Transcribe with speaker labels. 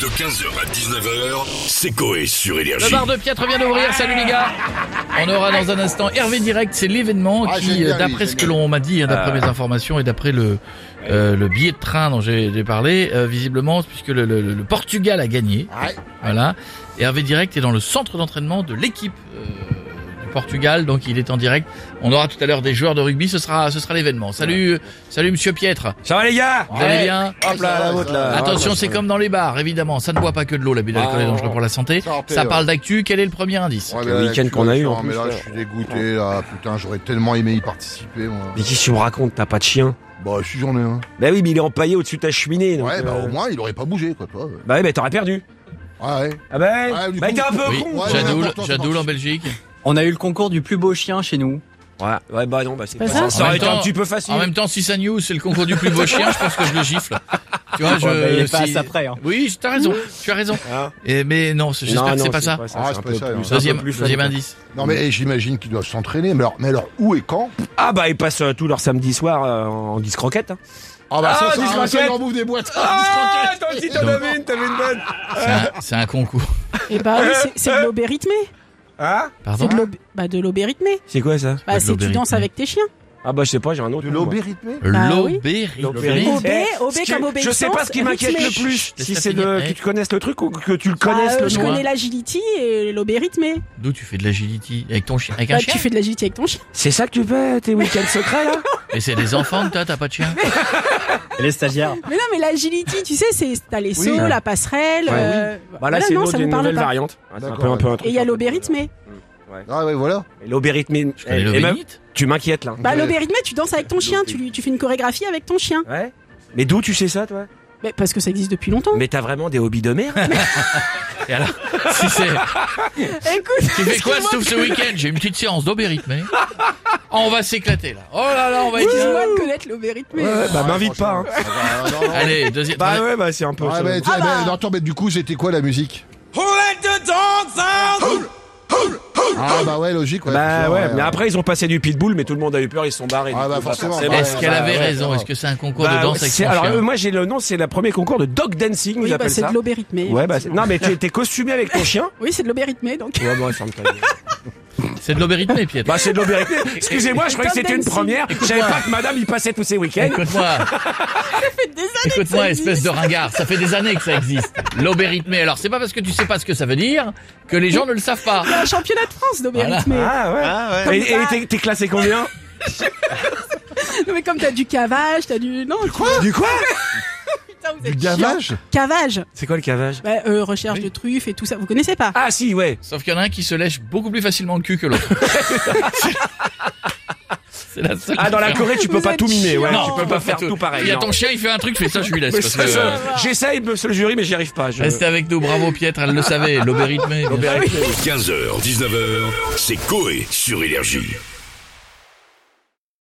Speaker 1: De 15h à 19h, c'est Coé sur
Speaker 2: Le
Speaker 1: Énergie.
Speaker 2: bar de Piètre vient d'ouvrir, salut les gars On aura dans un instant Hervé Direct, c'est l'événement
Speaker 3: Ah,
Speaker 2: qui,
Speaker 3: génial,
Speaker 2: euh, d'après
Speaker 3: oui,
Speaker 2: ce que
Speaker 3: génial.
Speaker 2: l'on m'a dit, hein, d'après
Speaker 3: Euh.
Speaker 2: mes informations et d'après le, euh, le billet de train dont j'ai j'ai parlé, euh, visiblement, puisque le, le- le Portugal a gagné,
Speaker 3: Ouais.
Speaker 2: voilà, et Hervé Direct est dans le centre d'entraînement de l'équipe euh, du Portugal, donc il est en direct. On aura tout à l'heure des joueurs de rugby, ce sera, ce sera l'événement. Salut, euh, salut Monsieur Piètre,
Speaker 4: Ça va les gars
Speaker 2: vous allez bien
Speaker 4: Hop là, la vôtre là.
Speaker 2: Attention, c'est comme dans les bars, évidemment, ça ne boit pas que de l'eau, l'abus d'alcool est
Speaker 4: Ah.
Speaker 2: dangereux pour la santé.
Speaker 3: Ça rappelle,
Speaker 2: Ça
Speaker 3: ouais.
Speaker 2: parle d'actu, quel est le premier indice
Speaker 3: Ouais, mais
Speaker 4: le
Speaker 3: là,
Speaker 4: week-end
Speaker 3: là,
Speaker 4: qu'on a eu, en
Speaker 3: non,
Speaker 4: plus,
Speaker 3: bah, mais là,
Speaker 4: là.
Speaker 3: je suis dégoûté, là. Putain, j'aurais tellement aimé y participer, moi.
Speaker 4: Mais qu'est-ce que tu me racontes T'as pas de chien
Speaker 3: Bah, si j'en ai un.
Speaker 4: Bah oui, mais il est empaillé au-dessus de ta cheminée. donc,
Speaker 3: Ouais, bah,
Speaker 4: euh,
Speaker 3: au moins, il aurait pas bougé, quoi, toi.
Speaker 4: Bah ouais, bah t'aurais perdu.
Speaker 3: Ouais, ouais.
Speaker 4: Ah bah ouais.
Speaker 3: Ouais, du
Speaker 4: bah
Speaker 3: coup-
Speaker 4: t'es un peu
Speaker 2: Oui,
Speaker 4: con.
Speaker 3: ouais,
Speaker 4: quoi.
Speaker 3: j'adore.
Speaker 2: Jadoul,
Speaker 3: attends,
Speaker 2: Jadoul
Speaker 3: attends.
Speaker 2: en Belgique.
Speaker 5: On a eu le concours du plus beau chien chez nous.
Speaker 4: Ouais, ouais, bah non, bah c'est pas
Speaker 2: ça
Speaker 4: ça.
Speaker 2: En
Speaker 4: Ça aurait
Speaker 2: même
Speaker 4: été un
Speaker 2: temps-
Speaker 4: petit peu facile.
Speaker 2: En même temps, si ça news, c'est le concours du plus beau chien, je pense que je le gifle. Tu vois, je.
Speaker 5: Ouais, bah, il est pas
Speaker 2: si-
Speaker 5: à ça près, hein.
Speaker 2: Oui, t'as raison. Tu as raison.
Speaker 4: Hein
Speaker 2: Et, mais non, c'est- j'espère
Speaker 4: Non,
Speaker 2: que c'est
Speaker 4: non,
Speaker 2: pas ça.
Speaker 3: Ah,
Speaker 4: c'est
Speaker 3: c'est
Speaker 4: un
Speaker 3: pas
Speaker 4: peu
Speaker 3: ça, alors.
Speaker 4: plus- c'est un peu
Speaker 2: Deuxième,
Speaker 4: plus fun,
Speaker 2: deuxième
Speaker 4: quoi.
Speaker 2: indice.
Speaker 3: Non, mais eh, j'imagine qu'ils doivent s'entraîner. Mais alors, mais alors, où et quand
Speaker 4: Ah bah ils passent euh, tout leur samedi soir euh, en discroquette. Hein.
Speaker 3: Ah,
Speaker 4: bah, ça, ça, ah, ça, il en
Speaker 3: bouffe des boîtes.
Speaker 4: Ah, toi aussi
Speaker 2: t'en avais
Speaker 4: une, t'avais une bonne.
Speaker 2: C'est un- C'est un, concours.
Speaker 6: Et bah oui, c'est-
Speaker 4: Euh,
Speaker 6: c'est de l'obé rythmé.
Speaker 4: Hein
Speaker 2: Pardon.
Speaker 6: C'est de l'obé bah, de l'obé rythmé.
Speaker 4: C'est quoi
Speaker 2: Pas
Speaker 4: ça
Speaker 6: Bah,
Speaker 2: de
Speaker 6: c'est tu
Speaker 2: l'obé
Speaker 6: danses
Speaker 2: rythmé.
Speaker 6: avec tes chiens.
Speaker 4: Ah bah je sais pas, j'ai un autre.
Speaker 3: De
Speaker 4: nom, moi.
Speaker 3: l'obé rythmé
Speaker 6: Bah oui.
Speaker 2: L'obé
Speaker 4: L'obérisque.
Speaker 2: rythmé.
Speaker 6: Obé,
Speaker 4: Eh,
Speaker 6: obé
Speaker 4: ce qui-
Speaker 6: comme
Speaker 4: Je sais pas ce qui
Speaker 6: obéissance,
Speaker 4: m'inquiète le
Speaker 6: rythmé.
Speaker 4: plus,
Speaker 2: Laisse
Speaker 4: si
Speaker 2: la
Speaker 4: c'est
Speaker 2: finir,
Speaker 4: de
Speaker 2: eh.
Speaker 4: que tu connaisses le truc ou que tu le
Speaker 6: Bah,
Speaker 4: connaisses
Speaker 6: euh,
Speaker 4: le
Speaker 6: je
Speaker 4: nom.
Speaker 6: connais l'agility et l'obé rythmé.
Speaker 2: D'où tu fais de l'agility avec ton chien, avec un
Speaker 6: Bah,
Speaker 2: chien
Speaker 6: tu fais de l'agility avec ton chien.
Speaker 4: C'est ça que tu fais tes week-ends secrets là
Speaker 2: Et c'est des enfants que t'as, t'as pas de chien.
Speaker 5: Et les stagiaires.
Speaker 6: Mais non, mais l'agility, tu sais, c'est t'as les sauts,
Speaker 4: Ouais.
Speaker 6: la passerelle.
Speaker 4: Ouais,
Speaker 6: euh,
Speaker 4: Bah là,
Speaker 6: voilà,
Speaker 4: c'est
Speaker 6: non,
Speaker 4: une, autre-
Speaker 6: ça
Speaker 4: une
Speaker 6: nous parle
Speaker 4: nouvelle
Speaker 6: pas.
Speaker 4: variante. Ah, c'est un
Speaker 3: D'accord,
Speaker 4: peu, un peu un
Speaker 6: Et
Speaker 4: truc.
Speaker 6: il y a
Speaker 4: un peu euh,
Speaker 6: l'obé
Speaker 4: bizarre.
Speaker 6: rythmé.
Speaker 3: Ah, ouais, voilà.
Speaker 4: Et L'obé rythmé.
Speaker 2: Je connais
Speaker 4: eh,
Speaker 2: l'obé
Speaker 4: eh ben,
Speaker 2: nite.
Speaker 4: tu m'inquiètes là.
Speaker 6: Bah,
Speaker 3: Ouais.
Speaker 6: l'obé rythmé, tu danses avec ton chien. Tu, lui- tu fais une chorégraphie avec ton chien.
Speaker 4: Ouais. Mais d'où tu sais ça, toi
Speaker 6: Mais parce que ça existe depuis longtemps.
Speaker 4: Mais t'as vraiment des hobbies de merde
Speaker 2: Et alors, si c'est.
Speaker 6: Eh, Écoute,
Speaker 2: Tu fais quoi
Speaker 6: excuse-moi,
Speaker 2: sauf ce week-end J'ai une petite séance d'obé rythmé. Oh, on va s'éclater là. Oh là là, on va être.
Speaker 6: excuse-moi de connaître l'obé rythmé.
Speaker 4: Bah m'invite pas. Hein.
Speaker 2: Allez, deuxième.
Speaker 4: Bah ouais, bah c'est un peu.
Speaker 3: Ah,
Speaker 4: ça.
Speaker 3: bah, tiens, bah, non, attends, mais du coup, c'était quoi la musique Ah, bah, ouais, logique, ouais.
Speaker 4: Bah
Speaker 3: forcément,
Speaker 4: ouais, mais après ils ont passé du pitbull, mais tout le monde a eu peur, ils se sont barrés.
Speaker 3: Ah,
Speaker 4: Du
Speaker 3: bah,
Speaker 4: coup,
Speaker 3: forcément.
Speaker 4: bah,
Speaker 2: Est-ce
Speaker 3: Ouais,
Speaker 2: qu'elle
Speaker 3: bah,
Speaker 2: avait
Speaker 3: ouais,
Speaker 2: raison
Speaker 3: ouais.
Speaker 2: Est-ce que c'est un concours
Speaker 4: bah,
Speaker 2: de danse avec
Speaker 4: c'est-
Speaker 2: son
Speaker 4: alors
Speaker 2: chien
Speaker 4: euh, moi j'ai le nom, c'est le premier concours de dog dancing,
Speaker 6: Oui,
Speaker 4: ils
Speaker 6: bah,
Speaker 4: appellent
Speaker 6: c'est
Speaker 4: ça.
Speaker 6: de l'obé rythmé.
Speaker 4: Ouais, bah c'est- non mais t'es t'es costumé avec ton chien
Speaker 6: Oui, c'est de l'obé rythmé, donc.
Speaker 4: Ouais, bah, ça me taille.
Speaker 2: C'est de l'obé rythmé, Pietre.
Speaker 4: Bah c'est de l'obé rythmé. Excusez-moi, je croyais que c'était une
Speaker 6: Dancing.
Speaker 4: première. Je savais
Speaker 2: Écoute-moi.
Speaker 4: pas que madame y passait tous ses week-ends.
Speaker 2: Écoute-moi,
Speaker 6: Des années que
Speaker 2: écoute-moi,
Speaker 6: ça
Speaker 2: espèce
Speaker 6: existe.
Speaker 2: de ringard. Ça fait des années que ça existe. L'obé rythmé. Alors, c'est pas parce que tu sais pas ce que ça veut dire que les gens ne le savent pas.
Speaker 6: Il y a un championnat de France d'obé
Speaker 2: Voilà.
Speaker 6: rythmé.
Speaker 4: Ah ouais. Et-
Speaker 6: Comme
Speaker 4: Et
Speaker 6: ça.
Speaker 4: t'es- t'es classé combien
Speaker 6: Non, mais comme t'as du cavage, t'as du. Non,
Speaker 4: Du quoi
Speaker 6: putain, vous
Speaker 3: Du
Speaker 6: êtes
Speaker 3: gavage
Speaker 6: chiants. Cavage
Speaker 4: C'est quoi le cavage
Speaker 6: bah, euh, Recherche
Speaker 2: Oui.
Speaker 6: de truffes et tout ça. Vous connaissez pas
Speaker 4: Ah si, ouais.
Speaker 2: Sauf qu'il y en a un qui se lèche beaucoup plus facilement le cul que l'autre. c'est la seule.
Speaker 4: Ah dans la
Speaker 2: différence.
Speaker 4: Corée, tu peux
Speaker 6: Vous
Speaker 4: pas
Speaker 6: êtes
Speaker 4: tout mimer, ouais.
Speaker 6: chiant.
Speaker 4: Tu peux pas faire tout
Speaker 2: Il
Speaker 4: pareil.
Speaker 2: y a
Speaker 4: non.
Speaker 2: ton chien, il fait un truc, je fais ça, je lui laisse.
Speaker 4: Mais
Speaker 2: parce
Speaker 4: ça,
Speaker 2: que- euh,
Speaker 4: ça, J'essaye, monsieur le jury, mais j'y arrive pas. Je...
Speaker 2: Restez avec nous, bravo Pietre, elle le savait, l'obé rythmé. bien sûr.
Speaker 4: L'obé rythmé.
Speaker 1: 15h, 19h, c'est Coé sur Énergie.